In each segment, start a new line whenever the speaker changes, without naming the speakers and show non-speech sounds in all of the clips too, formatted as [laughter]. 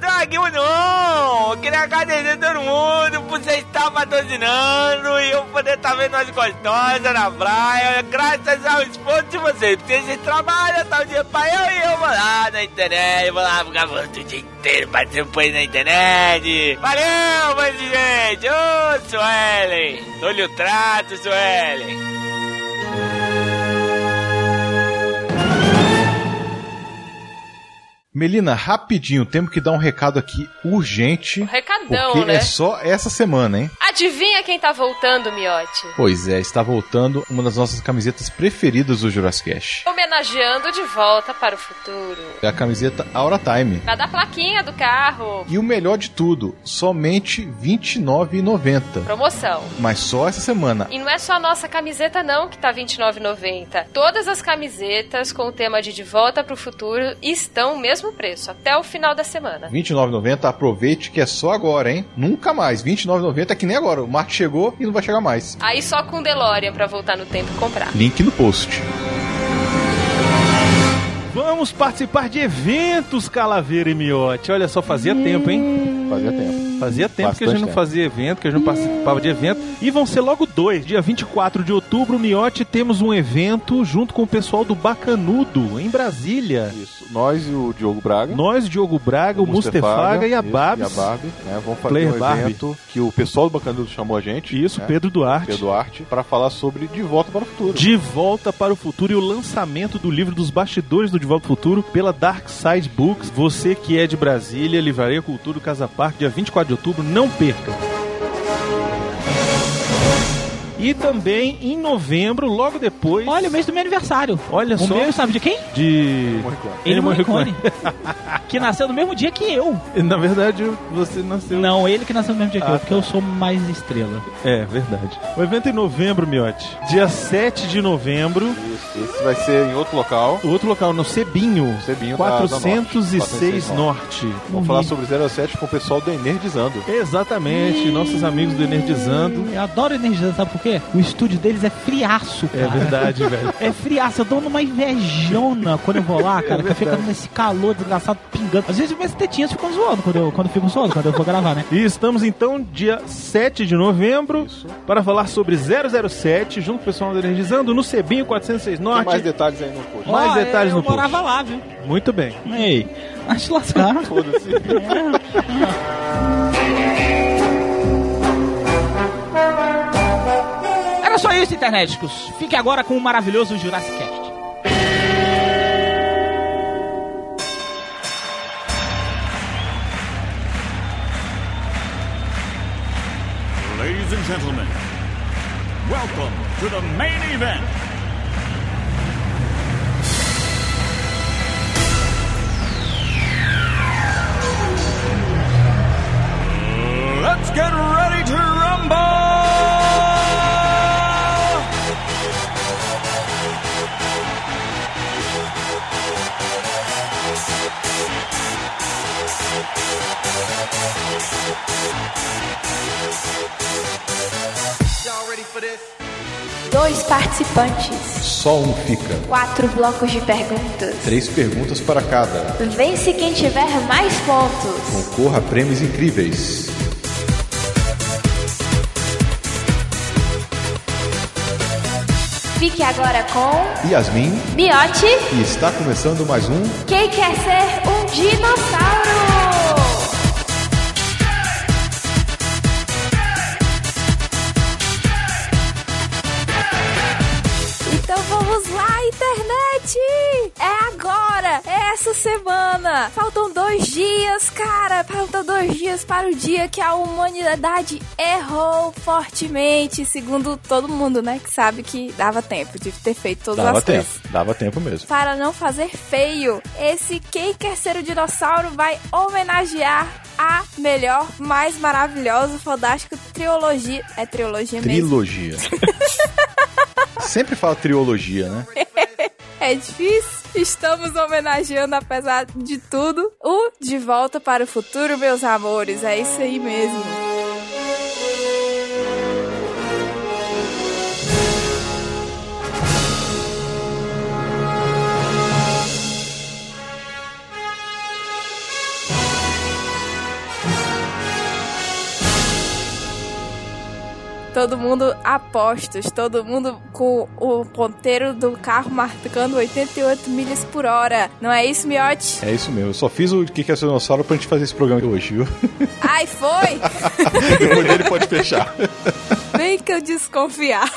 conseguimos não! Eu queria agradecer todo mundo por você estar patrocinando e eu poder estar vendo as gostosas na praia, graças ao esforço de vocês, porque vocês trabalham tal dia pra eu e eu vou lá na internet, vou lá ficar o dia inteiro batendo punho na internet. Valeu, mas gente! Ô, Suelen! Dou-lhe o trato, Suelen!
Melina, rapidinho, temos que dar um recado aqui urgente.
Um recadão,
porque
né?
é só essa semana, hein?
Adivinha quem tá voltando, Miote?
Pois é, está voltando uma das nossas camisetas preferidas do Jurassic Cash.
Homenageando de volta para o futuro.
É a camiseta Aura Time.
Pra dar plaquinha do carro.
E o melhor de tudo, somente R$ 29,90.
Promoção.
Mas só essa semana.
E não é só a nossa camiseta não que tá 29,90. Todas as camisetas com o tema de De Volta pro Futuro estão o mesmo preço até o final da semana.
R$ 29,90, aproveite que é só agora, hein? Nunca mais. R$ 29,90 é que nem agora. O Marte chegou e não vai chegar mais.
Aí só com DeLorean pra voltar no tempo e comprar.
Link no post.
Vamos participar de eventos, Calaveira e Miote. Olha só, fazia tempo, hein?
Fazia tempo.
Fazia tempo que a
Bastante
gente não
tempo.
fazia evento, que a gente não participava de evento. E vão ser logo dois, dia 24 de outubro, Miote, temos um evento junto com o pessoal do Bacanudo, em Brasília.
Isso. Nós e o Diogo Braga.
Nós, Diogo Braga, o Mustefaga e a
isso,
Babs.
E a Barbie, né? Vamos fazer
Player
um
Barbie.
evento que o pessoal do Bacanudo chamou a gente.
Isso,
né?
Pedro Duarte.
Pedro Duarte, pra falar sobre De Volta para o Futuro.
De Volta para o Futuro e o lançamento do livro dos bastidores do De Volta para o Futuro pela Dark Side Books. Você que é de Brasília, Livraria Cultura, Casa Parque, dia 24 de outubro, não perca. E também em novembro, logo depois.
Olha, o mês do meu aniversário.
Olha
O
só.
meu, sabe de quem?
De.
Morricone.
Ele é
Ele é
Morricone.
Morricone.
[laughs]
que nasceu no mesmo dia que eu.
Na verdade, você nasceu.
Não, ele que nasceu no mesmo dia que
Ah,
eu, porque eu sou mais estrela.
É, verdade. O evento é em novembro, Miote. Dia 7 de novembro.
Isso. Esse vai ser em outro local.
Outro local, no Cebinho.
Cebinho da- da Norte.
406
406
Norte. Uhum.
Vamos falar sobre 07 com o pessoal do Energizando.
Exatamente, nossos amigos do Energizando.
Hum, Eu adoro energizando, sabe por quê? O estúdio deles é friaço,
É
cara.
verdade, velho. É
É friaça, eu dou numa invejona quando eu vou lá, cara, que eu fico nesse calor desgraçado pingando. Às vezes minhas tetinhas ficam zoando quando eu, quando eu fico zoando, quando eu vou gravar, né?
E estamos então dia 7 de novembro para falar sobre 007 junto com o pessoal do Energizando no Cebinho 406
Tem
Norte.
mais detalhes aí no post.
Mais
Ó,
detalhes
eu,
no post.
morava lá, viu?
Muito bem.
Ei, É. acho lascar.
Ah, Foda-se.
Era só isso, internéticos. Fique agora com o maravilhoso Jurassic Cast.
Ladies and gentlemen, welcome to the main event. Let's get ready to rumble!
Dois participantes,
Só um fica.
quatro blocos de perguntas.
Três perguntas para cada.
Vence quem tiver mais pontos.
Concorra a prêmios incríveis.
Fique agora com
Yasmin,
Miote.
e está começando mais um
Quem quer ser um dinossauro?
Então vamos lá, internet! É agora! É essa semana! Faltam dois dias, cara! Faltam dois dias para o dia que a humanidade errou fortemente, segundo todo mundo, né? Que sabe que dava tempo de ter feito todas
Dava
as Tá, coisas.
tempo, dava tempo mesmo.
Para não fazer feio, esse Quem Quer Ser o Dinossauro vai homenagear a melhor, mais maravilhosa, fantástica trilogia. É trilogia mesmo? [laughs]
Trilogia. Sempre fala trilogia, né?
É difícil. Estamos homenageando, apesar de tudo, o De Volta para o Futuro, meus amores. É isso aí mesmo. Todo mundo a postos, todo mundo com o ponteiro do carro marcando 88 milhas por hora. Não é
[laughs]
isso, Miote?
É isso mesmo. Eu só fiz o que que é seu dinossauro pra gente fazer esse programa aqui hoje, viu?
[laughs] Ai, foi!
Depois dele pode fechar.
Bem que eu desconfiar.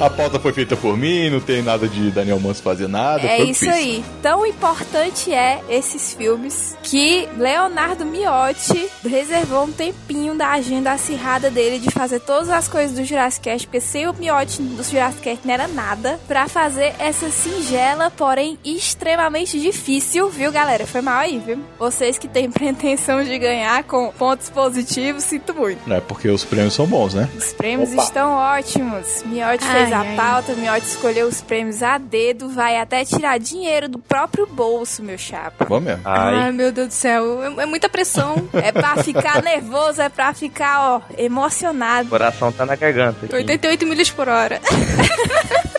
A pauta foi feita por mim, não tem nada de Daniel Manso fazer nada.
É
foi o que
isso
fiz.
aí. Tão importante é esses filmes que Leonardo Miotti reservou um tempinho da agenda acirrada dele de fazer todas as coisas do Jurassic Cast, porque sem o Miotti do Jurassic Cast não era nada, pra fazer essa singela, porém extremamente difícil, viu, galera? Foi mal aí, viu? Vocês que têm [laughs] pretensão de ganhar com pontos positivos, sinto muito.
Não é porque os prêmios são bons, né?
Os prêmios
Opa.
estão ótimos. Miotti fez a
ai.
pauta, Miotti escolheu os prêmios a dedo, vai até tirar dinheiro do próprio bolso, meu chapa.
Vamos mesmo.
Ai.
Ai, meu Deus do céu. É, é muita
[laughs]
pressão.
É pra ficar nervoso, é pra ficar, ó,
O
emocionado.
coração tá na garganta. aqui.
88 milhas por hora.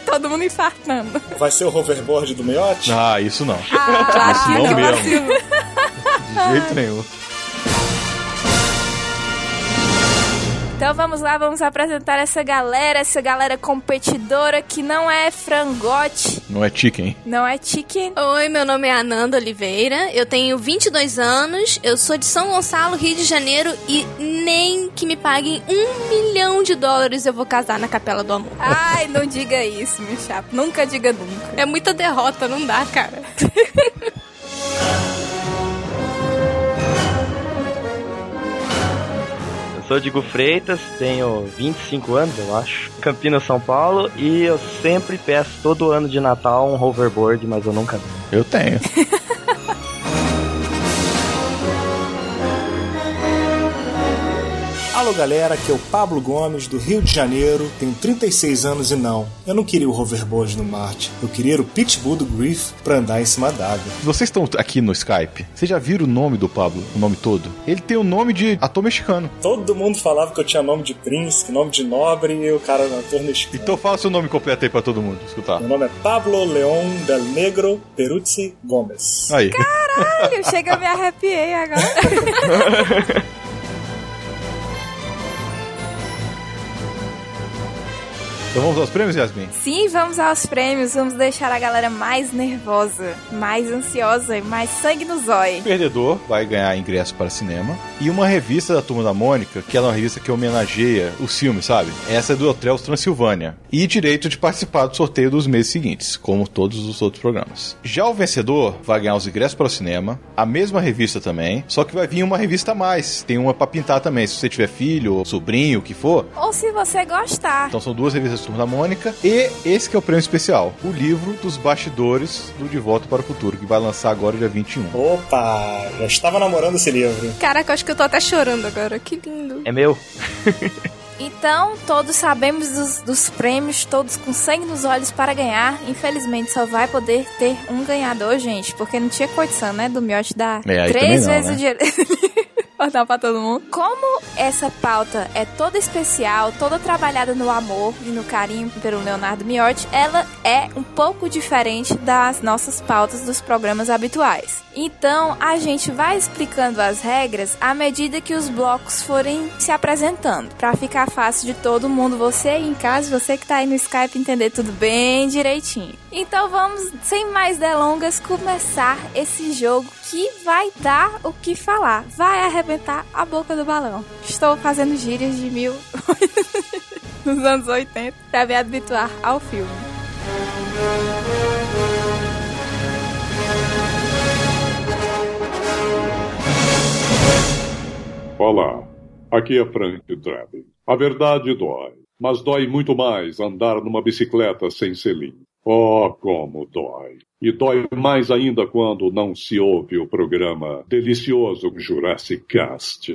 Todo mundo infartando.
Vai ser o hoverboard do Miote?
Ah, isso não. De
Ah, claro que
não
não.
mesmo.
vacilo.
jeito nenhum.
Então vamos lá, vamos apresentar essa galera, essa galera competidora que não é frangote,
Não é chicken.
não é chicken.
Oi, meu nome é Ananda Oliveira, eu tenho 22 anos, eu sou de São Gonçalo, Rio de Janeiro e nem que me paguem um milhão de dólares eu vou casar na Capela do Amor.
Ai, não diga isso, meu chapa. Nunca diga nunca.
É muita derrota, não dá, cara.
Eu sou Digo Freitas, tenho 25 anos, eu acho, Campinas, São Paulo, e eu sempre peço todo ano de Natal um hoverboard, mas eu nunca ganho.
Eu tenho.
Alô galera, aqui é o Pablo Gomes do Rio de Janeiro, tenho 36 anos e não, eu não queria o hoverboard no Marte, eu queria o Pitbull do Griff pra andar em cima d'água.
Vocês estão aqui no Skype. Vocês já viram o nome do Pablo? O nome todo? Ele tem o nome de ator mexicano.
Todo mundo falava que eu tinha nome de príncipe, nome de nobre e o cara na torre
Então tá. fala seu nome completo aí pra todo mundo escutar.
Meu nome é Pablo Leon del Negro Peruzzi Gomes.
Aí.
Olha, chega, eu me arrepiei agora.
[laughs]
[laughs] Então vamos aos prêmios, Yasmin?
Sim, vamos aos prêmios. Vamos deixar a galera mais nervosa, mais ansiosa e mais sangue no
O
zóio.
perdedor vai ganhar ingresso para cinema e uma revista da Turma da Mônica, que é uma revista que homenageia os filmes, sabe? Essa é do Hotel Transilvânia. E direito de participar do sorteio dos meses seguintes, como todos os outros programas. Já o vencedor vai ganhar os ingressos para o cinema, a mesma revista também, só que vai vir uma revista a mais. Tem uma para pintar também, se você tiver filho, ou sobrinho, o que for.
Ou se você gostar.
Então são duas revistas Turma da Mônica e esse que é o prêmio especial, o livro dos bastidores do De Volta para o Futuro, que vai lançar agora dia 21.
Opa, já estava namorando esse livro.
Caraca, eu acho que eu tô até chorando agora, que lindo.
É meu?
Então, todos sabemos dos, dos prêmios, todos com sangue nos olhos para ganhar. Infelizmente, só vai poder ter um ganhador, gente, porque não tinha condição, né? Do miote dar
É, aí também
três
não,
vezes
né?
o dinheiro. [laughs] Mandar pra todo mundo. Como essa pauta é toda especial, toda trabalhada no amor e no carinho pelo Leonardo Miotti, ela é um pouco diferente das nossas pautas dos programas habituais. Então, a gente vai explicando as regras à medida que os blocos forem se apresentando, pra ficar fácil de todo mundo, você aí em casa, você que tá aí no Skype, entender tudo bem direitinho. Então, vamos, sem mais delongas, começar esse jogo que vai dar o que falar. Vai arrebentar a boca do balão. Estou fazendo gírias de mil [laughs] nos anos 80 pra me habituar ao filme.
Olá, aqui é Frank Drebin. A verdade dói, mas dói muito mais andar numa bicicleta sem selim. Oh, como dói! E dói mais ainda quando não se ouve o programa delicioso Jurassic Cast.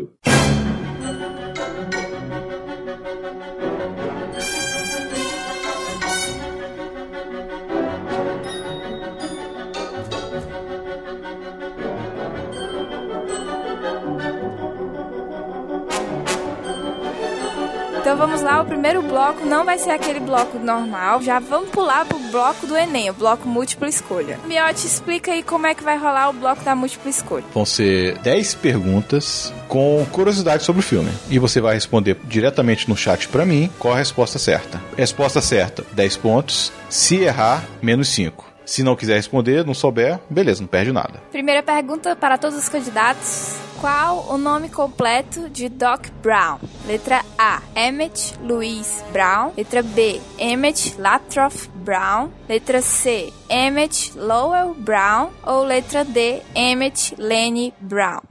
Então vamos lá, o primeiro bloco não vai ser aquele bloco normal. Já vamos pular pro bloco do Enem, o bloco múltipla escolha. Miotti, explica aí como é que vai rolar o bloco da múltipla escolha.
Vão ser 10 perguntas com curiosidade sobre o filme. E você vai responder diretamente no chat pra mim qual a resposta certa. Resposta certa, 10 pontos. Se errar, menos 5. Se não quiser responder, não souber, beleza, não perde nada.
Primeira pergunta para todos os candidatos. Qual o nome completo de Doc Brown? Letra A. Emmett Louis Brown. Letra B. Emmett Latroff Brown. Letra C. Emmett Lowell Brown. Ou letra D. Emmett Lenny Brown.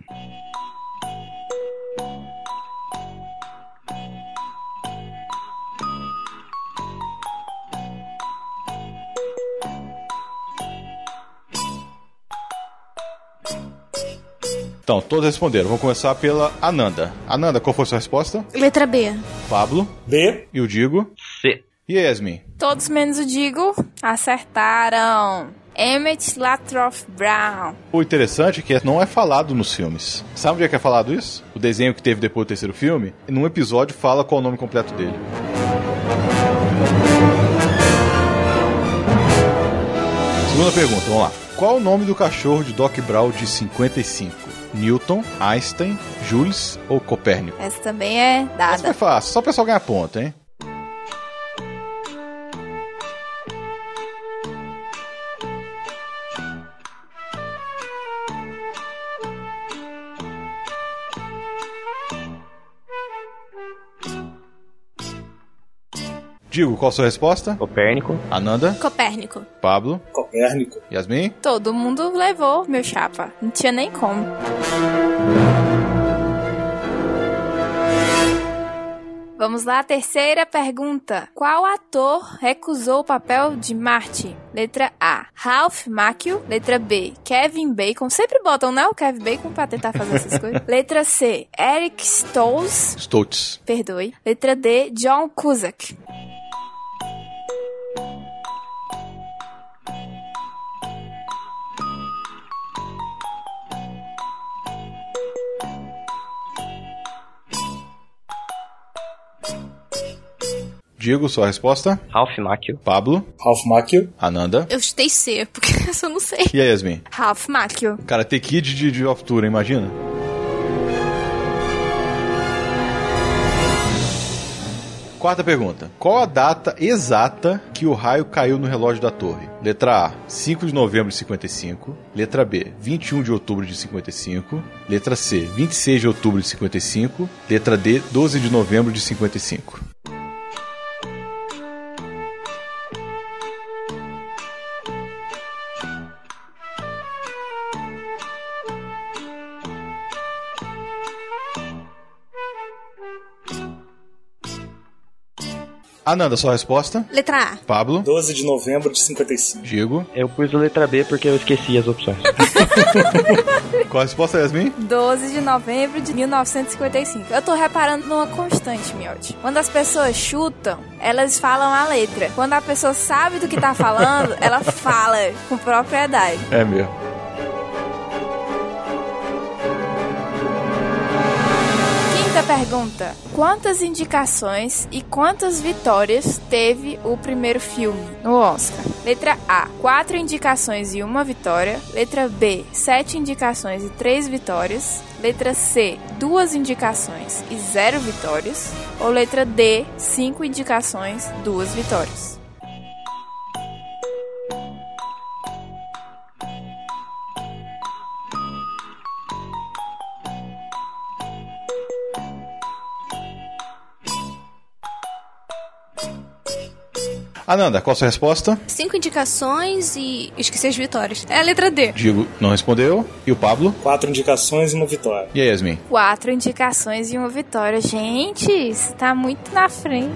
Então, todos responderam. Vou começar pela Ananda. Ananda, qual foi a sua resposta?
Letra B.
Pablo.
B.
E o Digo.
C.
E a Yasmin?
Todos menos o Digo acertaram. Emmett Latroff Brown.
O interessante é que não é falado nos filmes. Sabe onde é que é falado isso? O desenho que teve depois do terceiro filme, num episódio fala qual o nome completo dele. Segunda pergunta, vamos lá. Qual o nome do cachorro de Doc Brown de 55? Newton, Einstein, Jules ou Copérnico?
Essa também é
Essa foi
dada.
fácil, só o pessoal ganhar ponto, hein? Digo, qual a sua resposta?
Copérnico.
Ananda,
Copérnico.
Pablo,
Copérnico.
Yasmin?
Todo mundo levou, meu chapa. Não tinha nem como. Vamos lá, terceira pergunta. Qual ator recusou o papel de Marty? Letra A, Ralph Macchio. Letra B, Kevin Bacon. Sempre botam, né, o Kevin Bacon pra tentar fazer essas coisas. Letra C, Eric Stoltz.
Stoltz.
Perdoe. Letra D, John Cusack.
Digo, sua resposta?
Ralph Macchio.
Pablo,
Ralph Macchio.
Ananda
Eu chutei C, porque [laughs] essa eu não sei.
e a Yasmin?
Ralph Macchio.
Cara, ter kid de, de off-tour, imagina? Quarta pergunta. Qual a data exata que o raio caiu no relógio da torre? Letra A, 5 de novembro de 55. Letra B, 21 de outubro de 55. Letra C, 26 de outubro de 55. Letra D, 12 de novembro de 55. Ananda, sua resposta?
Letra A.
Pablo,
12 de novembro de 55.
Diego.
Eu pus o letra B porque eu esqueci as opções.
[laughs] Qual a resposta, Yasmin?
12 de novembro de 1955. Eu tô reparando numa constante, Miotti. Quando as pessoas chutam, elas falam a letra. Quando a pessoa sabe do que tá falando, ela fala com propriedade.
É mesmo.
Quinta pergunta: Quantas indicações e quantas vitórias teve o primeiro filme no Oscar? Letra A: 4 indicações e uma vitória. Letra B: 7 indicações e 3 vitórias. Letra C: 2 indicações e 0 vitórias. Ou letra D: 5 indicações, 2 vitórias.
Ananda, qual a sua resposta?
Cinco indicações e esqueci as vitórias. É a letra D.
Diego não respondeu. E o Pablo?
Quatro indicações e uma vitória.
E a Yasmin?
Quatro indicações e uma vitória. Gente, isso tá muito na frente.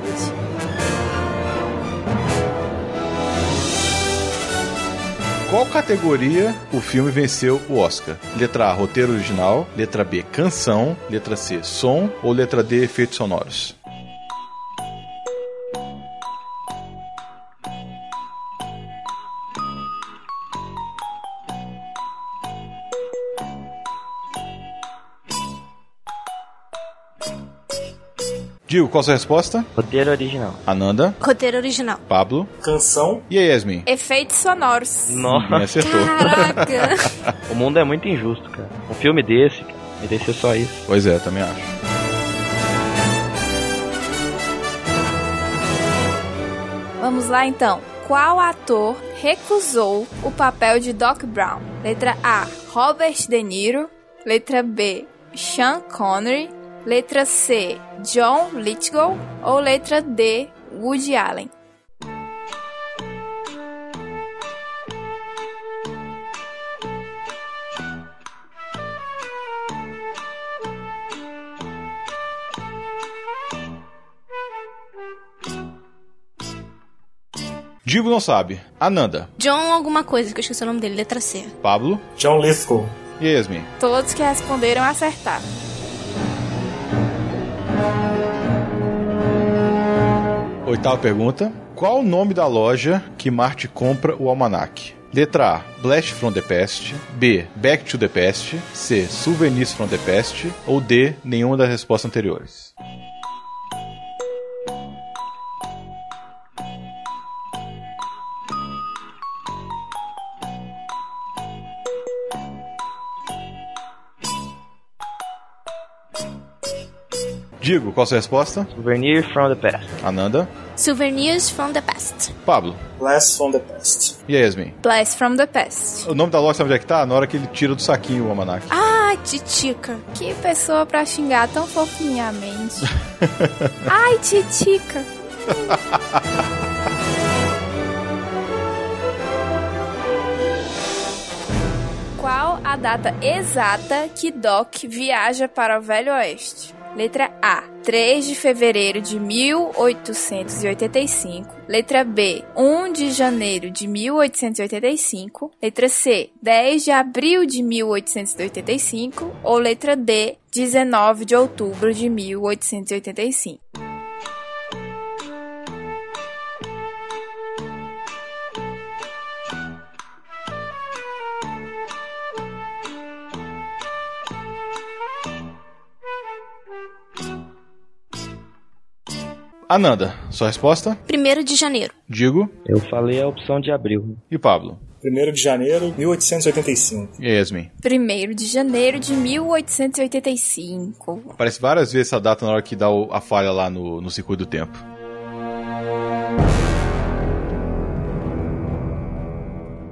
Qual categoria o filme venceu o Oscar? Letra A, roteiro original. Letra B, canção. Letra C, som. Ou letra D, efeitos sonoros? Digo, qual a sua resposta?
Roteiro original.
Ananda,
Roteiro original.
Pablo.
Canção.
E a Yasmin?
Efeitos sonoros.
Nossa.
Me acertou.
o mundo é muito injusto, cara. Um filme desse, cara, merecia só isso.
Pois é, também acho.
Vamos lá então. Qual ator recusou o papel de Doc Brown? Letra A, Robert De Niro. Letra B, Sean Connery. Letra C, John Lithgow. Ou letra D, Woody Allen?
Digo não sabe. Ananda,
John alguma coisa, que eu esqueci o nome dele, letra C.
Pablo.
John Lithgow.
E a Yasmin?
Todos que responderam acertaram.
Oitava pergunta. Qual o nome da loja que Marte compra o almanac? Letra A, Blast from the Past. B, Back to the Past. C, Souvenirs from the Past. Ou D, nenhuma das respostas anteriores. Digo, qual a sua resposta?
Souvenir from the Past.
Ananda,
Souvenirs from the past.
Pablo.
Blast from the Past.
E a Yasmin?
Blast from the Past.
O nome da loja sabe onde é que tá? Na hora que ele tira do saquinho o almanac. [laughs]
Ah, Titica. Que pessoa pra xingar tão fofinhamente. Ai, Titica. Qual a data exata que Doc viaja para o Velho Oeste? Letra A, 3 de fevereiro de 1885. Letra B, 1 de janeiro de 1885. Letra C, 10 de abril de 1885. Ou letra D, 19 de outubro de 1885.
Ananda, sua resposta?
1 de janeiro.
Digo.
Eu falei a opção de abril.
E Pablo?
1 de janeiro, 1885.
E a Yasmin?
1 de janeiro de 1885.
Aparece várias vezes essa data na hora que dá o- a falha lá no, no circuito do tempo.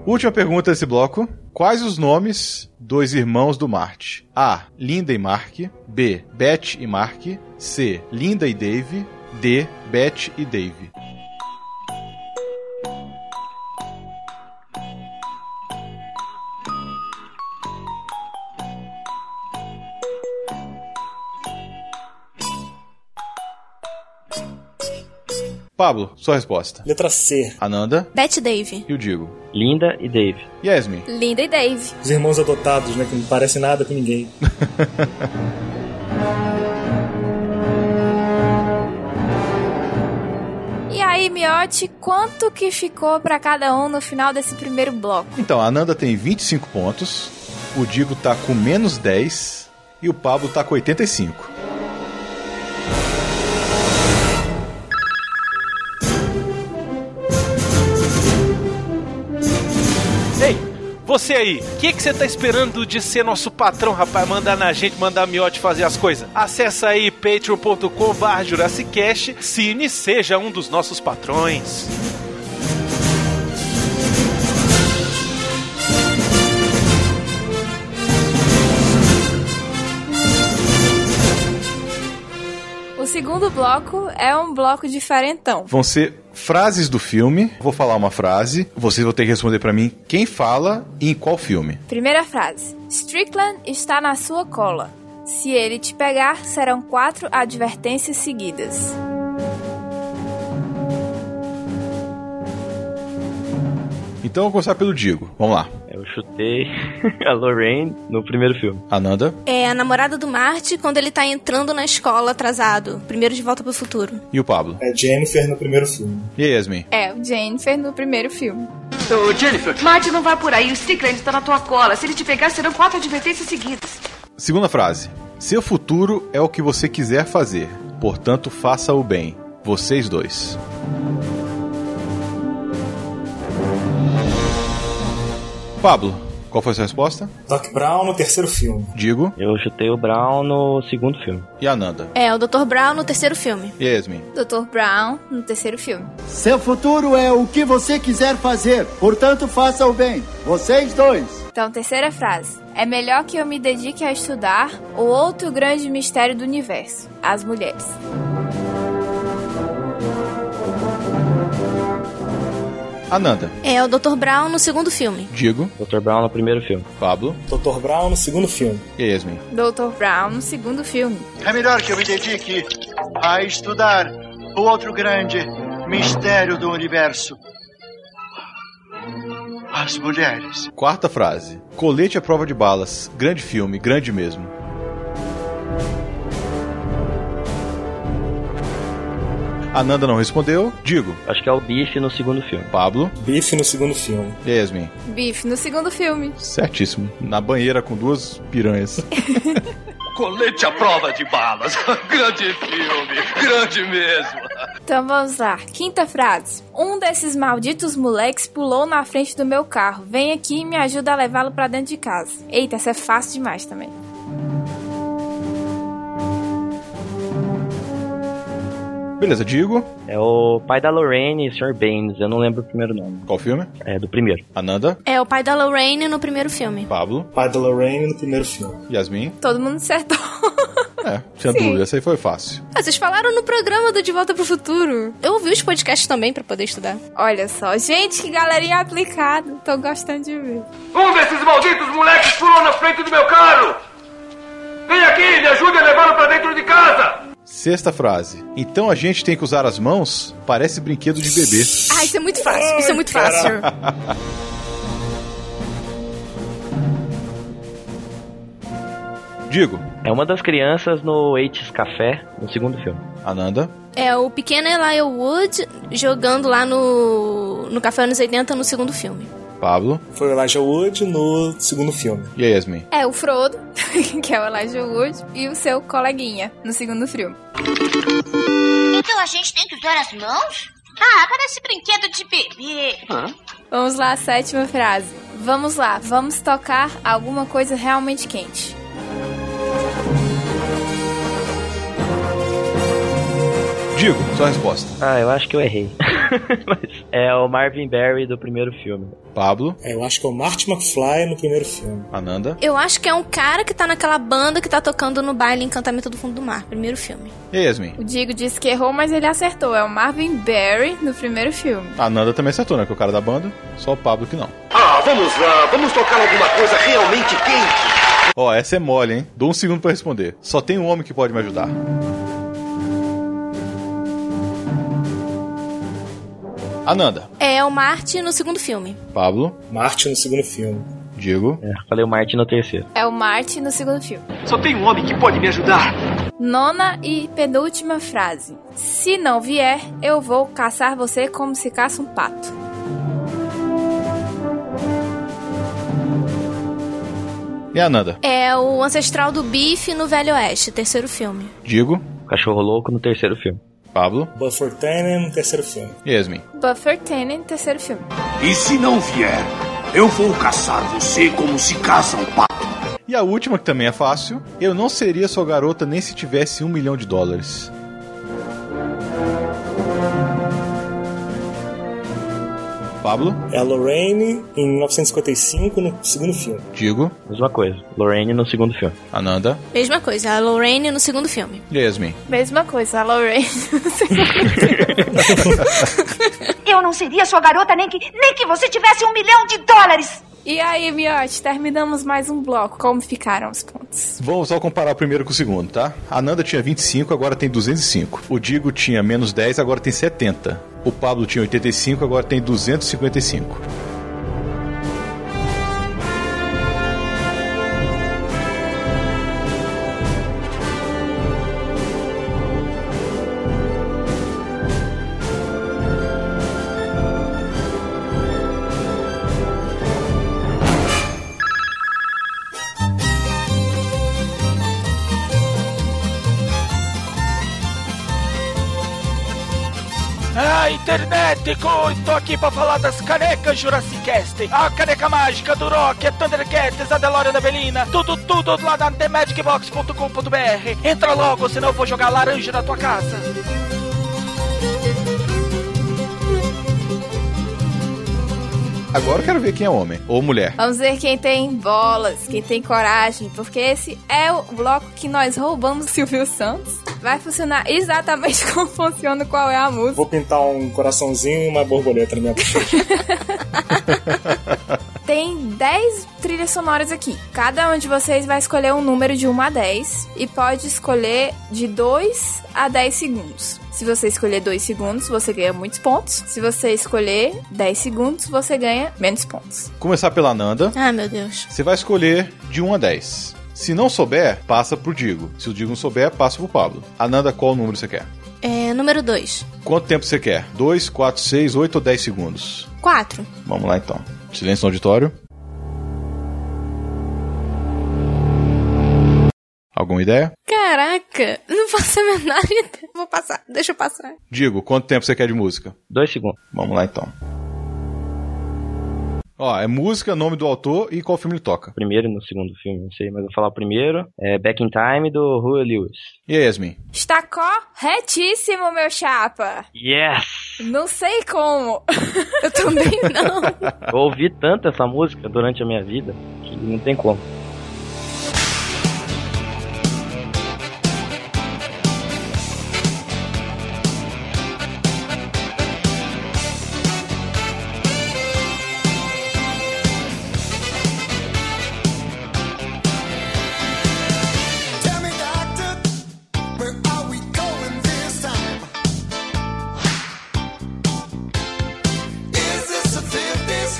Última pergunta desse bloco. Quais os nomes dos irmãos do Marte? A. Linda e Mark. B. Beth e Mark. C. Linda e Dave. D. Beth e Dave. Pablo, sua resposta.
Letra C.
Ananda
Beth Dave.
e o é Digo.
Linda e Dave.
Yasmin.
Linda e Dave.
Os irmãos adotados, né? Que não parecem nada com ninguém.
E aí, Miote, quanto que ficou pra cada um no final desse primeiro bloco?
Então, a Ananda tem 25 pontos, o Digo tá com menos 10 e o Pablo tá com 85.
Ei, você aí, o que que você tá esperando de ser nosso patrão, rapaz? Mandar na gente, mandar a miote fazer as coisas? Acessa aí patreon.com barra Jurassicast, cine seja um dos nossos patrões.
O segundo bloco é um bloco diferentão.
Vão ser frases do filme. Vou falar uma frase, vocês vão ter que responder pra mim quem fala e em qual filme.
Primeira frase: Strickland está na sua cola. Se ele te pegar, serão quatro advertências seguidas.
Então, vou começar pelo Digo. Vamos lá.
Eu chutei [laughs] a Lorraine no primeiro filme.
Ananda
É a namorada do Marte quando ele tá entrando na escola atrasado. Primeiro de volta pro futuro.
e o Pablo.
É Jennifer no primeiro filme.
E a Yasmin?
É, o Jennifer no primeiro filme.
Ô, Jennifer. Marty, não vai por aí. O Strickland tá na tua cola. Se ele te pegar, serão quatro advertências seguidas.
Segunda frase. Seu futuro é o que você quiser fazer. Portanto, faça o bem. Vocês dois. Pablo, qual foi a sua resposta?
Doc Brown no terceiro filme.
Digo.
Eu chutei o Brown no segundo filme.
E a Nanda?
É, o Dr. Brown no terceiro filme.
E a Yasmin?
Dr. Brown no terceiro filme.
Seu futuro é o que você quiser fazer, portanto faça o bem. Vocês dois.
Então, terceira frase. É melhor que eu me dedique a estudar o outro grande mistério do universo, as mulheres.
Ananda.
É, o Dr. Brown no segundo filme.
Digo.
Dr. Brown no primeiro filme.
Pablo.
Dr. Brown no segundo filme.
E a Yasmin?
Dr. Brown no segundo filme.
É melhor que eu me dedique a estudar o outro grande mistério do universo. As mulheres.
Quarta frase. Colete à prova de balas. Grande filme, grande mesmo. Ananda não respondeu. Digo.
Acho que é o Bife no segundo filme.
Pablo.
Bife no segundo filme.
E a Yasmin?
Bife no segundo filme.
Certíssimo. Na banheira com duas
[laughs]
piranhas.
Colete à prova de balas. [laughs] grande filme, grande mesmo.
Então vamos lá. Quinta frase. Um desses malditos moleques pulou na frente do meu carro. Vem aqui e me ajuda a levá-lo pra dentro de casa. Eita, essa é fácil demais também.
Beleza, digo.
É o pai da Lorraine e o Sr. Baines. Eu não lembro o primeiro nome.
Qual filme?
É do primeiro.
Ananda.
É o pai da Lorraine no primeiro filme.
Pablo.
Pai da Lorraine no primeiro filme.
Yasmin.
Todo mundo acertou.
É, sem
Sim.
dúvida. Essa aí foi fácil.
[laughs] Ah, vocês falaram no programa do De Volta pro Futuro. Eu ouvi os podcasts também pra poder estudar.
Olha só, gente, que galerinha aplicada. Tô gostando de ver.
Um desses malditos moleques pulou na frente do meu carro. Vem aqui, me ajude a levá-lo pra dentro de casa.
Sexta frase. Então a gente tem que usar as mãos? Parece brinquedo de bebê.
Ah, isso é muito fácil. Isso é muito fácil.
Digo.
É uma das crianças no Eights Café, no segundo filme.
Ananda.
É o pequeno Elijah Wood jogando lá no, no Café Anos 80 no segundo filme.
[laughs] Pablo.
Foi o Elijah Wood no segundo filme.
E a Yasmin?
É o Frodo, [laughs] que é o Elijah Wood, e o seu coleguinha no segundo filme.
Então a gente tem que usar as mãos? Ah, parece brinquedo de bebê.
Vamos lá, sétima frase. Vamos lá, vamos tocar alguma coisa realmente quente.
Digo, sua resposta.
Ah, eu acho que eu errei. [laughs] Mas é o Marvin Berry do primeiro filme.
Pablo.
É, eu acho que é o Marty McFly no primeiro filme.
Ananda.
Eu acho que é um cara que tá naquela banda que tá tocando no baile Encantamento do Fundo do Mar, primeiro filme.
E a Yasmin?
O Diego disse
é
que errou, mas ele acertou. É o Marvin Berry no primeiro filme.
A Nanda também acertou, né? Que é o cara da banda. Só o Pablo que não.
Ah, vamos lá, vamos tocar alguma coisa realmente quente.
Ó, essa é mole, hein? Dou um segundo pra responder. Só tem um homem que pode me ajudar. Ananda.
É o Marte no segundo filme.
Pablo.
Marte no segundo filme.
Digo.
É, falei o Martin no terceiro.
É o Marty no segundo filme.
Só tem um homem que pode me ajudar.
Nona e penúltima frase. Se não vier, eu vou caçar você como se caça um pato.
E a Ananda.
É o ancestral do Bife no Velho Oeste, terceiro filme.
Digo.
Cachorro Louco no terceiro filme.
Pablo.
Buffer Tanner no terceiro filme.
E a Yasmin.
Buffer Tannen, terceiro filme.
E se não vier, eu vou caçar você como se caça um pato.
E a última, que também é fácil. Eu não seria sua garota nem se tivesse um milhão de dólares. Pablo.
É a Lorraine em 1955 no segundo filme.
Digo.
Mesma coisa. Lorraine no segundo filme.
Ananda.
Mesma coisa, a Lorraine no segundo filme.
E a Yasmin.
Mesma coisa, a Lorraine.
Eu não seria sua garota nem que, nem que você tivesse um milhão de dólares.
E aí, Miote, terminamos mais um bloco. Como ficaram os pontos?
Vamos só comparar o primeiro com o segundo, tá? A Nanda tinha 25, agora tem 205. O Digo tinha menos 10, agora tem 70. O Pablo tinha 85, agora tem 255.
É Internético, estou aqui para falar das canecas Jurassicast. A caneca mágica do Rock, a Thundercats, a DeLorean da Belina, tudo, tudo lá na TheMagicBox.com.br. Entra logo, senão eu vou jogar laranja na tua casa.
Agora eu quero ver quem é homem ou mulher.
Vamos ver quem tem bolas, quem tem coragem, porque esse é o bloco que nós roubamos do Silvio Santos. Vai funcionar exatamente [laughs] como funciona o qual é a música.
Vou pintar um coraçãozinho e uma borboleta na minha bochecha.
Tem 10 trilhas sonoras aqui. Cada um de vocês vai escolher um número de 1 a 10 e pode escolher de 2 a 10 segundos. Se você escolher 2 segundos, você ganha muitos pontos. Se você escolher 10 segundos, você ganha menos pontos.
Começar pela Nanda.
Ah, meu Deus.
Você vai escolher de 1 a 10. Se não souber, passa pro Digo. Se o Digo não souber, passa pro Pablo. Ananda, qual número você quer?
É, número 2.
Quanto tempo você quer? 2, 4, 6, 8 ou 10 segundos?
4.
Vamos lá então. Silêncio no auditório. Alguma ideia?
Caraca, não faço a menor [laughs] ideia. Vou passar, deixa eu passar.
Digo, quanto tempo você quer de música?
Dois segundos.
Vamos lá então. Ó, é música, nome do autor e qual filme ele toca.
Primeiro e no segundo filme, não sei, mas eu vou falar o primeiro. É Back in Time do Huey Lewis.
E aí, Yasmin?
Está corretíssimo, meu chapa.
Yes!
Não sei como.
Eu também não.
Eu ouvi tanto essa música durante a minha vida que não tem como.
Tell me, doctor, where are we going this time? Is this a 50s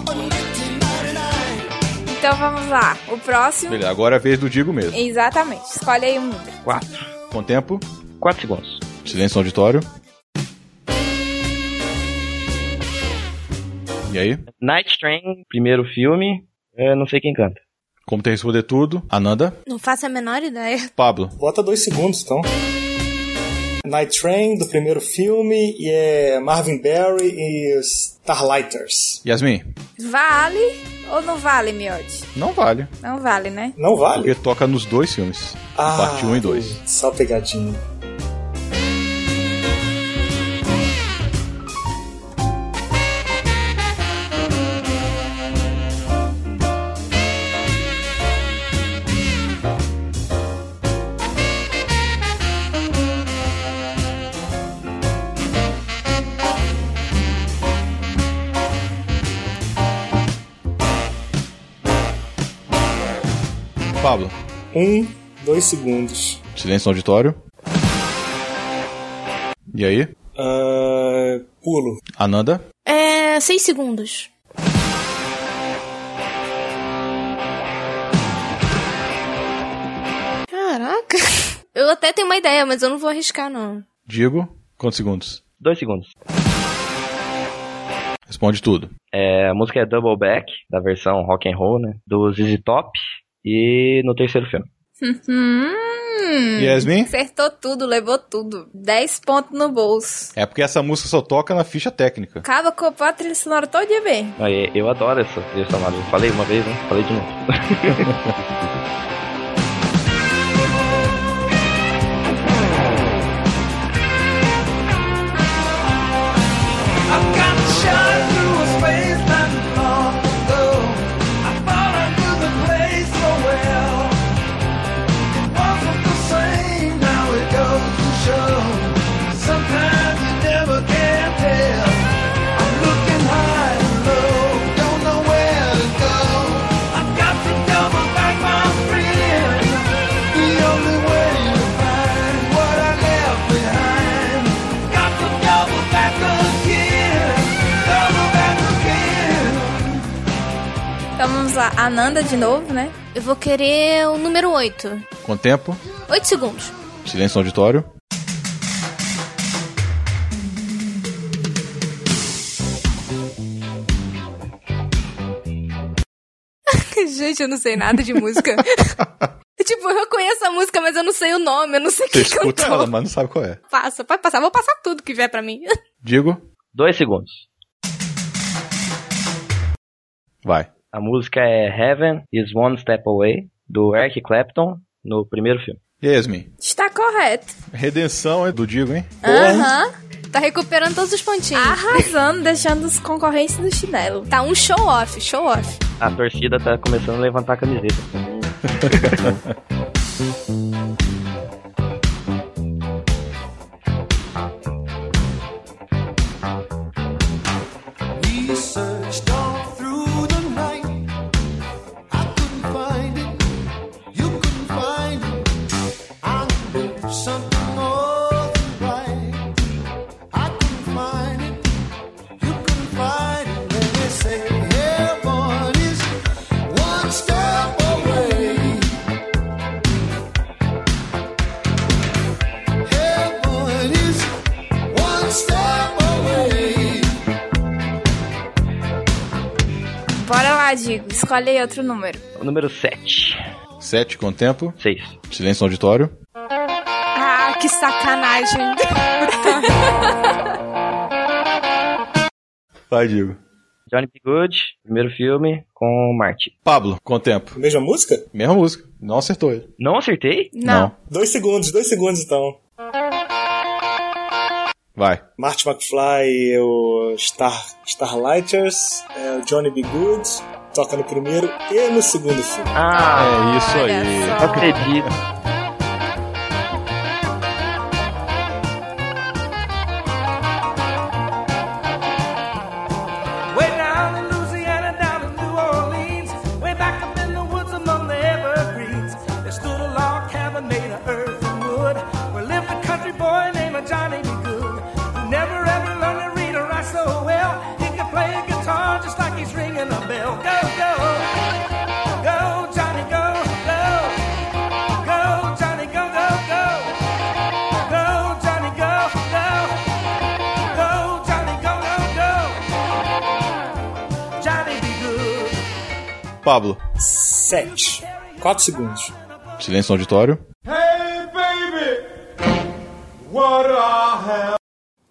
or 1999?
Então vamos lá. O próximo.
Beleza, agora é a vez do Digo mesmo.
Exatamente. Escolhe aí um número.
4. Quanto tempo?
4 segundos.
Silêncio no auditório. E aí?
Night Train, primeiro filme, é, não sei quem canta.
Como tem que responder tudo? Ananda?
Não faço a menor ideia.
[laughs] Pablo?
Bota dois segundos, então. Night Train, do primeiro filme, e é Marvin Berry e os Starlighters.
Yasmin?
Vale ou não vale, Miotti?
Não vale.
Não vale, né?
Não
Porque toca nos dois filmes.
Ah,
parte 1 e 2.
Só pegadinha.
Pablo?
Um, dois segundos.
Silêncio no auditório. E aí?
Ah, pulo.
Ananda?
É, 6 segundos. Caraca. Eu até tenho uma ideia, mas eu não vou arriscar, não.
Digo? Quantos segundos?
Dois segundos.
Responde tudo.
É, a música é Double Back, da versão rock and roll, né? Do ZZ Top e no terceiro filme.
Hum,
Yasmin?
Acertou tudo, levou tudo. 10 pontos no bolso.
É porque essa música só toca na ficha técnica.
Acaba com a trilha sonora todo dia bem.
Ah, e- Eu adoro essa trilha sonora. Eu Falei uma vez, né? Falei
[laughs]
de novo.
Double back again, double back again.
Então vamos lá. Ananda de novo, né?
Eu vou querer o número 8.
Quanto tempo?
8 [laughs] segundos.
Silêncio no auditório.
[laughs] Gente, eu não sei nada de música. Tipo, eu conheço a música, mas eu não sei o nome, eu não sei
Você
quem
escuta
cantou.
ela, mas não sabe qual é.
Passa, pode passar, vou passar tudo que vier pra mim.
Digo,
Dois segundos.
Vai.
A música é Heaven is One Step Away, do Eric Clapton, no primeiro filme.
Yasmin,
Está correto.
redenção é do Digo, hein?
Aham. Tá recuperando todos os pontinhos. Arrasando, deixando os concorrentes no chinelo. Tá um show off, show off.
A torcida tá começando a levantar a camiseta.
[laughs]
We searched all through the night. I couldn't find it. You couldn't find it. I knew something wasn't right. I couldn't find it. You couldn't find it. Then they say heaven is one step away. Heaven is one step away.
Bora lá, Digo. Escolhe aí outro número.
O número 7.
7, quanto tempo?
6.
Silêncio no auditório.
Ah, que sacanagem.
[laughs]
Vai, Digo.
Johnny B. Good, primeiro filme com o Marty.
Pablo, quanto tempo?
Mesma música?
Mesma música. Não acertou ele.
Não acertei?
Não.
Dois segundos, dois segundos então.
Vai.
Marty McFly, o Star, Starlighters, é, o Johnny B. Good, toca no primeiro e no segundo filme.
Ah,
é isso aí.
Não acredito.
Way down in Louisiana, down in New Orleans, way back up in the woods among the evergreens, there stood a log cabin made of earth and wood, where lived a country boy named Johnny B. Good, who never ever learned to read or write so well. He could play a guitar just like he's ringing a bell. Go, go, go, Johnny, go, go, go, Johnny, go, go, go, go, Johnny, go, go, go, Johnny, go, go, go, Johnny, be good.
Pablo,
Sete. Quatro segundos.
silêncio no auditório.
Hey, baby, what I have.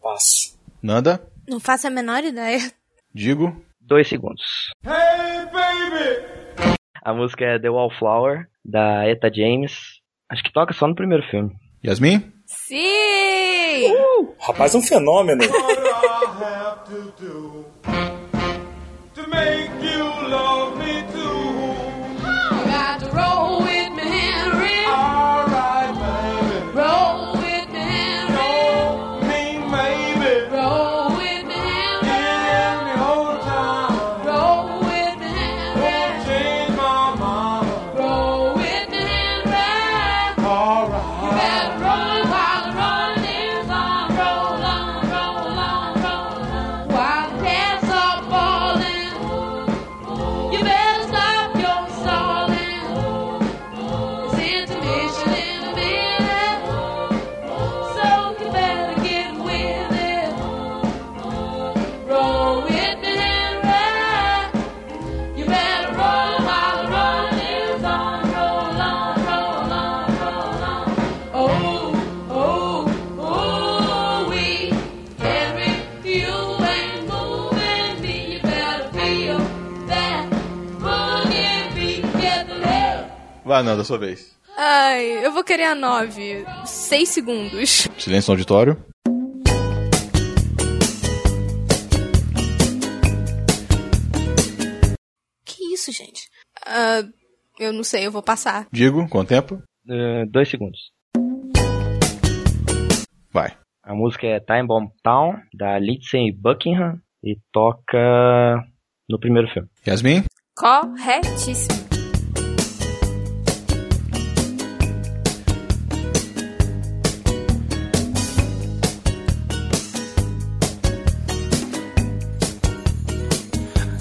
Passo.
Nanda,
Não faço a menor ideia.
Digo.
Dois segundos.
Hey, baby.
A música é The Wallflower, da Eta James. Acho que toca só no primeiro filme.
Yasmin?
Sim!
Rapaz, é um fenômeno.
to make you love me too.
Got to roll with me, Henry.
All right, baby.
Roll with me, Henry.
Don't mean maybe.
Roll with me, Henry.
Give me whole time.
Roll with me, Henry.
Won't change my mind.
Roll with me, Henry.
All right.
You better run while the run is on. Roll on, roll on, roll on. While the cats are falling, you better stop your stalling. It's intermission in a minute, so you better get with it. Roll with me, Henry. You better roll while the run is on. Roll on, roll on, roll on. Oh, oh, oh, we Henry, you ain't moving me. You better feel that boogie beat. Get the hell.
Vai, Nanda, sua vez.
Ai, eu vou querer a nove. Seis segundos.
Silêncio no auditório.
Que isso, gente? Ah, eu não sei, eu vou passar.
Digo, quanto tempo?
Eh, dois segundos.
Vai.
A música é Time Bomb Town, da Lindsay Buckingham. E toca no primeiro filme.
Yasmin?
Corretíssimo.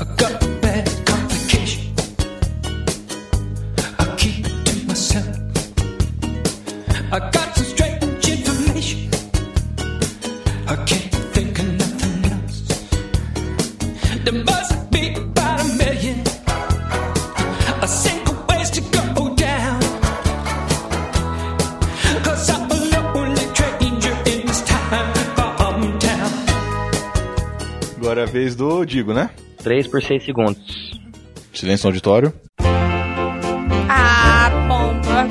I got bad complication. I keep it to myself. I got some strange information. I can't think of nothing else. There must be about a million, a single ways to go down.
Agora é a vez do Digo, né?
3 por 6 segundos.
Silêncio no auditório.
Ah, pomba.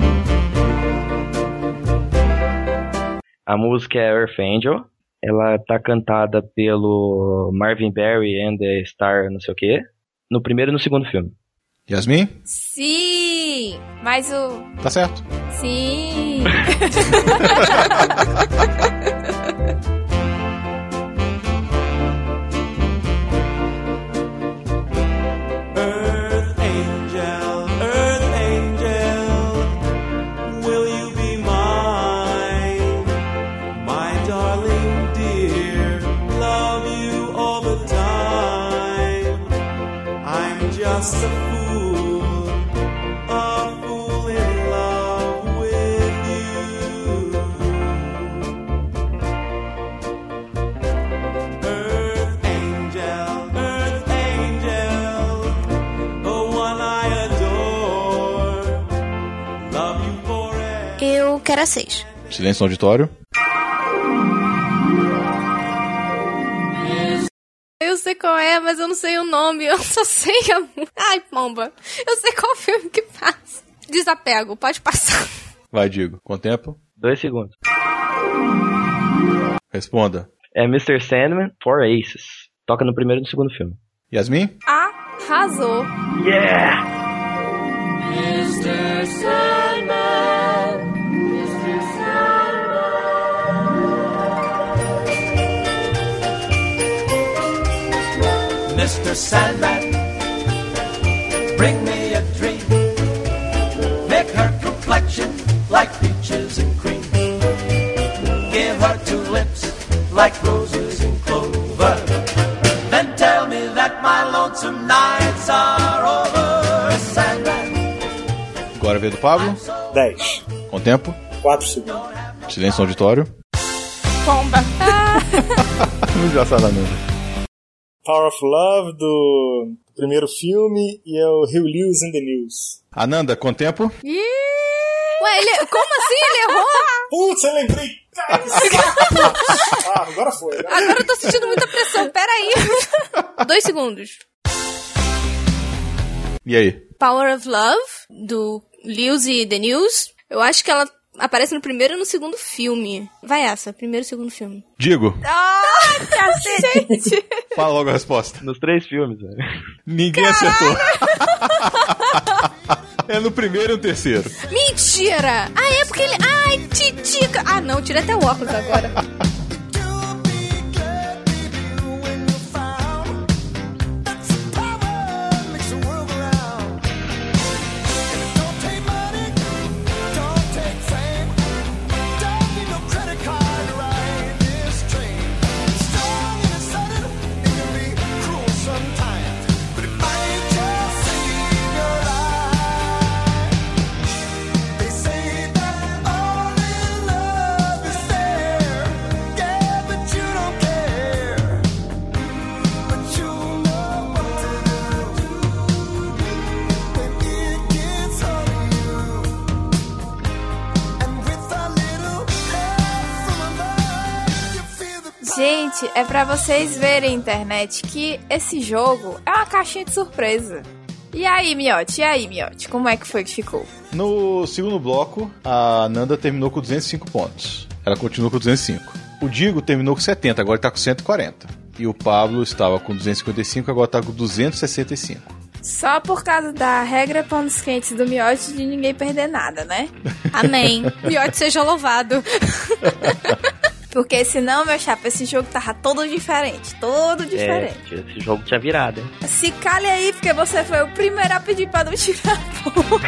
A música é Earth Angel. Ela tá cantada pelo Marvin Berry and the Star, não sei o quê. No primeiro e no segundo filme.
Yasmin?
Sim! Mas o.
Tá certo.
Sim! [laughs]
Earth angel, earth angel, will you be mine? My darling dear, love you all the time. I'm just a fool, a fool in love with you. Earth angel, earth angel. The one I adore. Love you forever.
Eu quero a 6.
Silêncio no auditório.
Eu sei qual é, mas eu não sei o nome, eu só sei a. mu- Ai, pomba. Eu sei qual filme que passa. Desapego, pode passar.
Vai, Digo. Quanto tempo?
Dois segundos.
Responda.
É Mr. Sandman, Four Aces. Toca no primeiro e no segundo filme.
Yasmin?
Arrasou!
Yeah!
Mr. Sandman, Mr.
Mr. Sandman, bring me a dream. Make her complexion like peaches and cream. Give her two lips like roses and clover. Then tell me that my lonesome nights are over. Sandman,
Agora vem do Pablo.
10.
Quanto tempo?
4 segundos.
Silêncio no
[laughs]
auditório.
Pomba.
Não engraçada
né?
mesmo.
Power of Love do do primeiro filme e é o Rio Lewis in the News.
Ananda, quanto tempo?
Ué, ele. Como assim? Ele errou?
Putz, eu lembrei. Cara, que saco. [laughs] ah, agora foi. Agora...
Agora eu tô sentindo muita pressão, peraí. Dois segundos.
E aí?
Power of Love, do Lewis e The News. Eu acho que ela aparece no primeiro e no segundo filme. Vai essa, primeiro e segundo filme.
[laughs]
Digo.
Ah, cacete!
Fala logo a resposta.
Nos três filmes, velho.
Ninguém acertou. é no primeiro e no terceiro.
Mentira! Ah, é porque ele. Ai, titica! Ah, não, tira até o óculos agora.
Gente, é pra vocês verem, internet, que esse jogo é uma caixinha de surpresa. E aí, Miote? E aí, Miote? Como é que foi que ficou?
No segundo bloco, a Nanda terminou com 205 pontos. Ela continua com 205. O Digo terminou com 70, agora tá com 140. E o Pablo estava com 255, agora tá com 265.
Só por causa da regra panos quentes do Miote de ninguém perder nada, né? [laughs]
Amém. Miote seja louvado.
Porque senão, meu chapa, esse jogo tava todo diferente. Todo
É,
diferente.
esse jogo tinha virado, hein?
Se calha aí, porque você foi o primeiro a pedir pra não tirar a boca.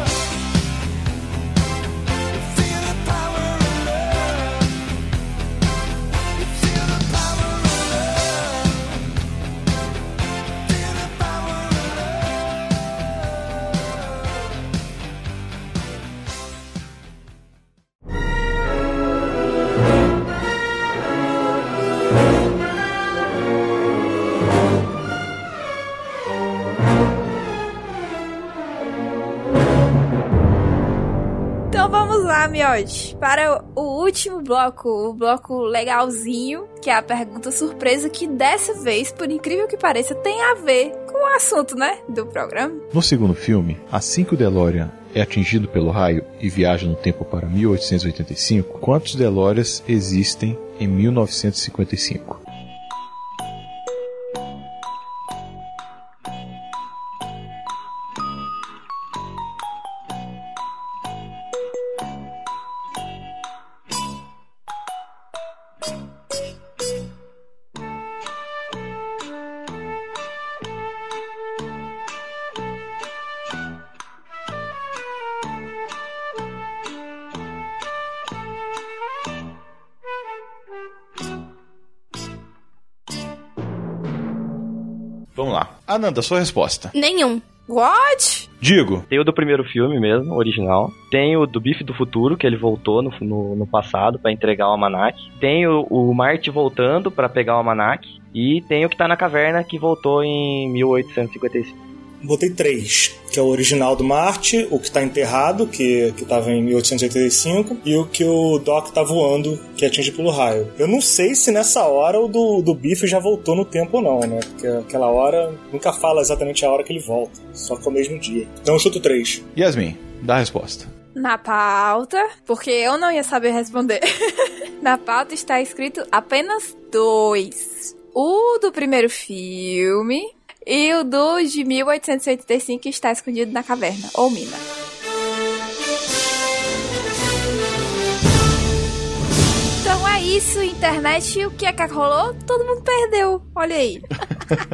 Power of love.
Então vamos lá, Miote, para o último bloco, o bloco legalzinho, que é a pergunta surpresa, que dessa vez, por incrível que pareça, tem a ver com o assunto, né, do programa.
No segundo filme, assim que o DeLorean é atingido pelo raio e viaja no tempo para 1885, quantos DeLoreans existem em 1955? Vamos lá. Ananda, sua resposta.
Nenhum.
What?
Digo.
Tem o do primeiro filme mesmo, original. Tem o do Bife do Futuro, que ele voltou no, no, no passado pra entregar o Almanac. Tem o, o Marte voltando pra pegar o Almanac. E tem o que tá na caverna, que voltou em 1855.
Botei três, que é o original do Marte, o que está enterrado, que, que tava em 1885, e o que o Doc tá voando, que atinge pelo raio. Eu não sei se nessa hora o do, do Biff já voltou no tempo ou não, né? Porque aquela hora nunca fala exatamente a hora que ele volta, só que é o mesmo dia. Então eu chuto três.
Yasmin, dá a resposta.
Na pauta, porque eu não ia saber responder. [laughs] Na pauta está escrito apenas dois: o do primeiro filme e o do de 1885 que está escondido na caverna, ou mina. Então é isso, internet. E o que é que rolou? Todo mundo perdeu. Olha aí.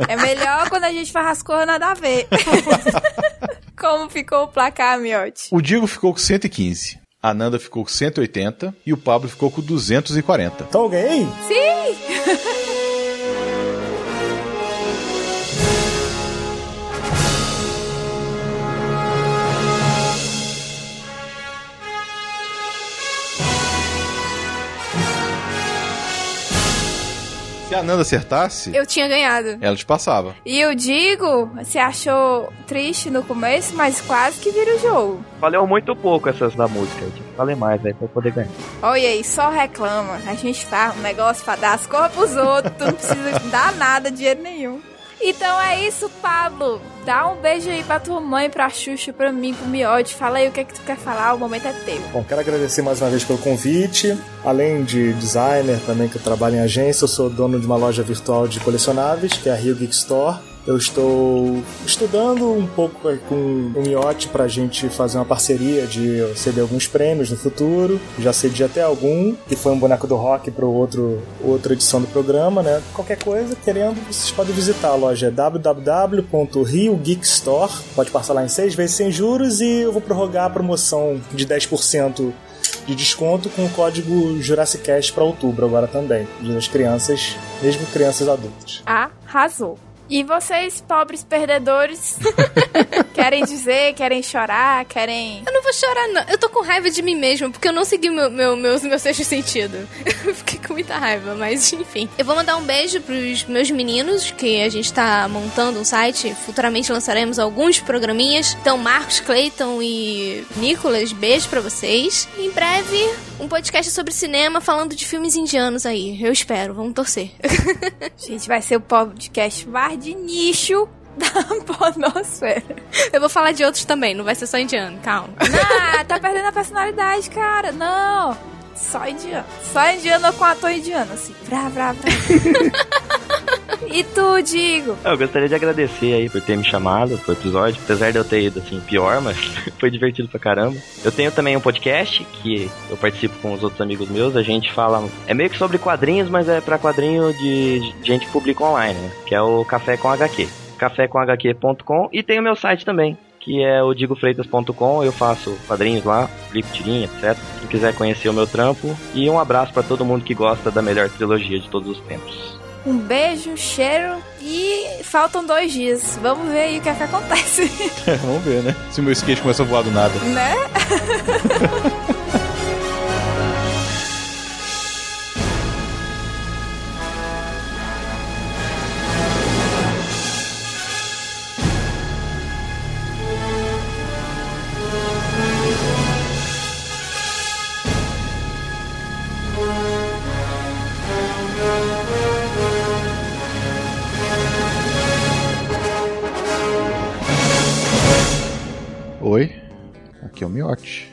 É melhor quando a gente farrascou nada a ver. [laughs] Como ficou o placar, Miote?
O Diego ficou com 115, a Ananda ficou com 180 e o Pablo ficou com 240.
Então eu ganhei?
Sim!
Se a Ananda acertasse,
Eu tinha ganhado.
ela te passava.
E eu digo, você achou triste no começo, mas quase que vira o jogo.
Valeu muito pouco essas da música. Eu tinha que valer mais aí pra eu poder ganhar.
Olha aí, só reclama. A gente tá um negócio pra dar as costas pros outros, tu não precisa dar nada, dinheiro nenhum. Então é isso, Pablo. Dá um beijo aí pra tua mãe, pra Xuxa, pra mim, pro Miote. Fala aí o que é que tu quer falar, o momento é teu.
Bom, quero agradecer mais uma vez pelo convite. Além de designer, também que eu trabalho em agência, eu sou dono de uma loja virtual de colecionáveis, que é a Rio Geek Store. Eu estou estudando um pouco aí com o Miotti para a gente fazer uma parceria de ceder alguns prêmios no futuro. Já cedi até algum, que foi um boneco do rock para outra edição do programa, né? Qualquer coisa, querendo, vocês podem visitar a loja é www.riogeekstore. Pode parcelar em seis vezes sem juros e eu vou prorrogar a promoção de 10% de desconto com o código Jurassicast para outubro agora também. E as crianças, mesmo crianças adultas.
Arrasou. E vocês, pobres perdedores, [laughs] querem dizer, querem chorar, querem.
Eu não vou chorar, não. Eu tô com raiva de mim mesmo, porque eu não segui meu, meu, meu, meu sexto sentido. [laughs] Eu fiquei com muita raiva, mas enfim. Eu vou mandar um beijo pros meus meninos, que a gente tá montando um site. Futuramente lançaremos alguns programinhas. Então, Marcos, Cleiton e Nicolas, beijo pra vocês. Em breve, um podcast sobre cinema falando de filmes indianos aí. Eu espero, vamos torcer. [laughs]
[laughs] Gente, vai ser o podcast mais de nicho [laughs] da podosfera.
Eu vou falar de outros também, não vai ser só indiano, calma.
Ah, tá perdendo a personalidade, cara. Não. Só indiano. Só indiano com ator indiano, assim. Vrá, vrá, [laughs] vrá. e tu, Digo?
Eu gostaria de agradecer aí por ter me chamado pro episódio, apesar de eu ter ido assim pior, mas [laughs] foi divertido pra caramba. Eu tenho também um podcast que eu participo com os outros amigos meus, a gente fala, é meio que sobre quadrinhos, mas é pra quadrinho de de gente que publica online, né? que é o Café com HQ, cafécomhq.com e tem o meu site também. Que é o digofreitas.com, eu faço quadrinhos lá, clico tirinha, etc. Quem quiser conhecer o meu trampo. E um abraço pra todo mundo que gosta da melhor trilogia de todos os tempos.
Um beijo, um cheiro e faltam dois dias. Vamos ver aí o que é que acontece,
[laughs]
[laughs]
Vamos ver, né? Se meu skate começa a voar do nada.
né?
Oi, aqui é o Miote.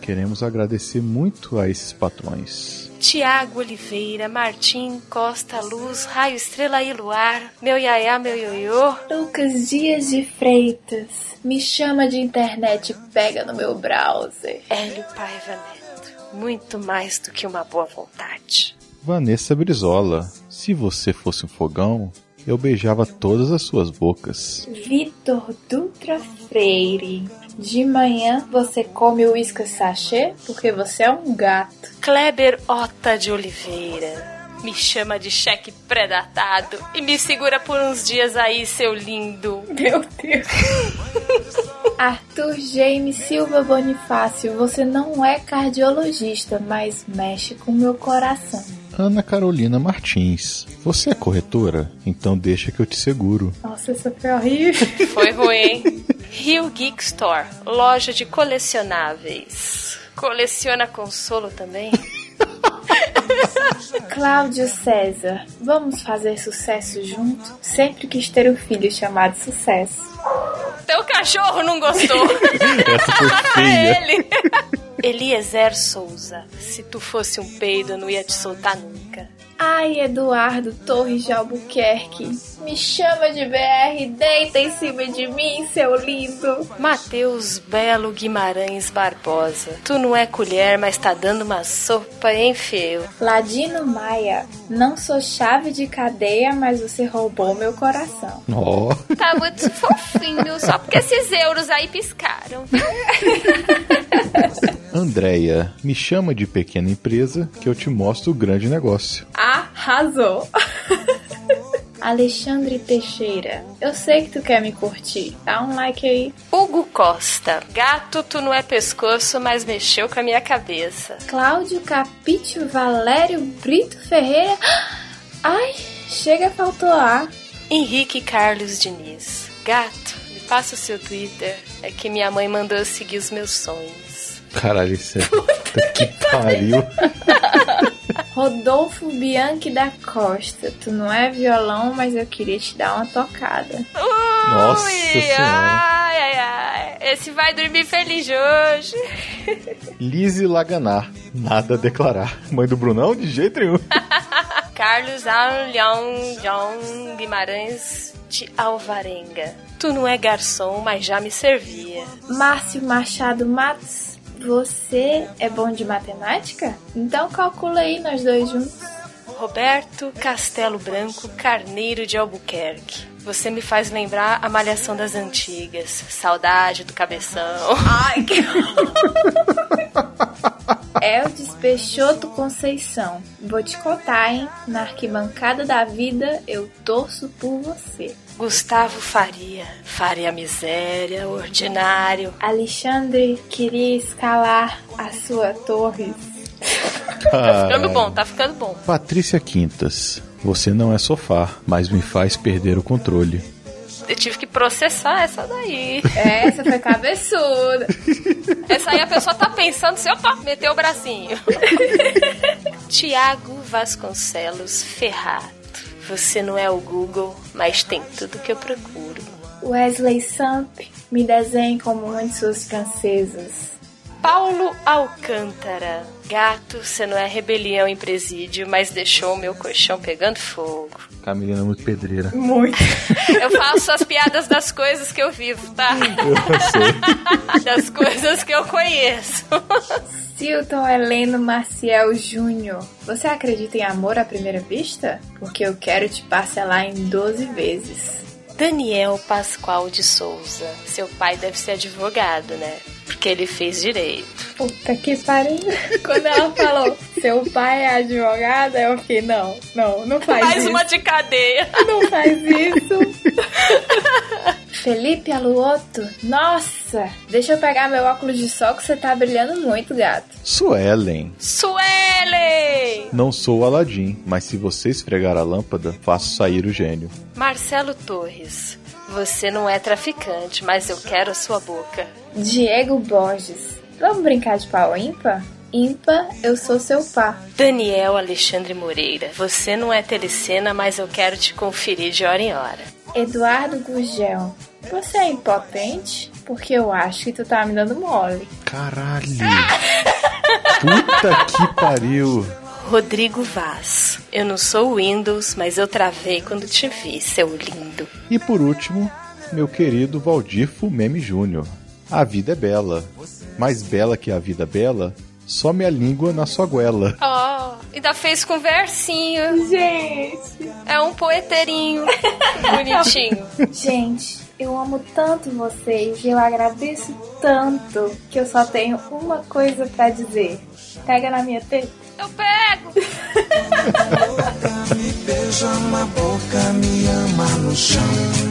Queremos agradecer muito a esses patrões.
Tiago Oliveira, Martim, Costa, Luz, Raio, Estrela e Luar, meu Yaya, meu Ioiô.
Lucas Dias de Freitas, me chama de internet, pega no meu browser.
Hélio Paiva Neto, muito mais do que uma boa vontade.
Vanessa Brizola, se você fosse um fogão, eu beijava todas as suas bocas.
Vitor Dutra Freire, de manhã você come o uísque sachê porque você é um gato.
Kleber Ota Tá de Oliveira, me chama de cheque pré-datado e me segura por uns dias aí, seu lindo.
Meu Deus. Arthur James Silva Bonifácio, você não é cardiologista, mas mexe com meu coração.
Ana Carolina Martins, você é corretora? Então deixa que eu te seguro.
Nossa, essa foi horrível.
[laughs] Foi ruim, hein? Rio Geek Store, loja de colecionáveis. Coleciona consolo também?
Cláudio César, vamos fazer sucesso junto? Sempre quis ter um filho chamado Sucesso.
Teu cachorro não gostou. É
Essa foi feia.
Ele. [laughs] Eliezer Souza, se tu fosse um peido, eu não ia te soltar nunca.
Ai, Eduardo Torres de Albuquerque, me chama de BR, deita em cima de mim, seu lindo.
Matheus Belo Guimarães Barbosa, tu não é colher, mas tá dando uma sopa, hein, feio?
Ladino Maia, não sou chave de cadeia, mas você roubou meu coração.
Ó,
Tá muito fofinho, só porque esses euros aí piscaram, viu?
Andréia, me chama de pequena empresa que eu te mostro o grande negócio.
Arrasou! [laughs] Alexandre Teixeira, eu sei que tu quer me curtir. Dá um like aí.
Hugo Costa, gato, tu não é pescoço, mas mexeu com a minha cabeça.
Cláudio Capítio Valério Brito Ferreira. Ai, chega, faltou ar.
Henrique Carlos Diniz, gato, me passa o seu Twitter, é que minha mãe mandou eu seguir os meus sonhos.
Caralho, isso é. Puta que pariu.
Rodolfo Bianchi da Costa, tu não é violão, mas eu queria te dar uma tocada.
Nossa
Ui,
senhora.
ai, ai, ai. Esse vai dormir feliz hoje.
Lise Laganar, nada a declarar. Mãe do Brunão? De jeito nenhum.
[laughs] Carlos Arleão John Guimarães de Alvarenga, tu não é garçom, mas já me servia.
Márcio Machado Matos, você é bom de matemática? Então calcula aí nós dois juntos.
Roberto Castelo Branco Carneiro de Albuquerque. Você me faz lembrar a malhação das antigas. Saudade do cabeção. Ai, que...
Eldes Peixoto É Conceição, vou te contar, hein? Na arquibancada da vida eu torço por você.
Gustavo Faria. Faria miséria, ordinário.
Alexandre queria escalar a sua torre.
[laughs] Tá ficando bom, tá ficando bom.
Patrícia Quintas, você não é sofá, mas me faz perder o controle.
Eu tive que processar essa daí.
Essa foi cabeçuda.
Essa aí a pessoa tá pensando, assim, opa, meteu o bracinho. Tiago Vasconcelos Ferrato. Você não é o Google, mas tem tudo que eu procuro.
Wesley Samp, me desenhe como uma de suas francesas.
Paulo Alcântara. Gato, você não é rebelião em presídio, mas deixou o meu colchão pegando fogo.
A menina é muito pedreira.
Muito. Eu faço as piadas das coisas que eu vivo, tá? [laughs] Eu sei. Das coisas que eu conheço.
Silton Heleno Maciel Júnior, você acredita em amor à primeira vista? Porque eu quero te parcelar em 12 vezes.
Daniel Pascoal de Souza. Seu pai deve ser advogado, né? Porque ele fez direito.
Puta que pariu. [laughs] Quando ela falou, seu pai é advogado, eu fiquei, não, não, não faz
Mais
isso.
uma de cadeia.
Não faz isso. Felipe Aluoto, nossa, deixa eu pegar meu óculos de sol que você tá brilhando muito, gato.
Suelen,
Suelen!
não sou o Aladim, mas se você esfregar a lâmpada, faço sair o gênio.
Marcelo Torres. Você não é traficante, mas eu quero a sua boca.
Diego Borges, vamos brincar de pau ímpar? Ímpar, eu sou seu pá.
Daniel Alexandre Moreira. Você não é telecena, mas eu quero te conferir de hora em hora.
Eduardo Gurgel, você é impotente? porque eu acho que tu tá me dando mole.
Caralho. Puta que pariu.
Rodrigo Vaz. Eu não sou Windows, mas eu travei quando te vi, seu lindo.
E por último, meu querido Valdir Fumeme Júnior. A vida é bela. Mais bela que a vida bela, some a língua na sua goela.
Ó, ainda fez com versinho. Gente. É um poeteirinho. Bonitinho.
Gente, eu amo tanto vocês e eu agradeço tanto que eu só tenho uma coisa pra dizer. Pega na minha teta.
Eu pego!
Me beija na boca, me ama no chão.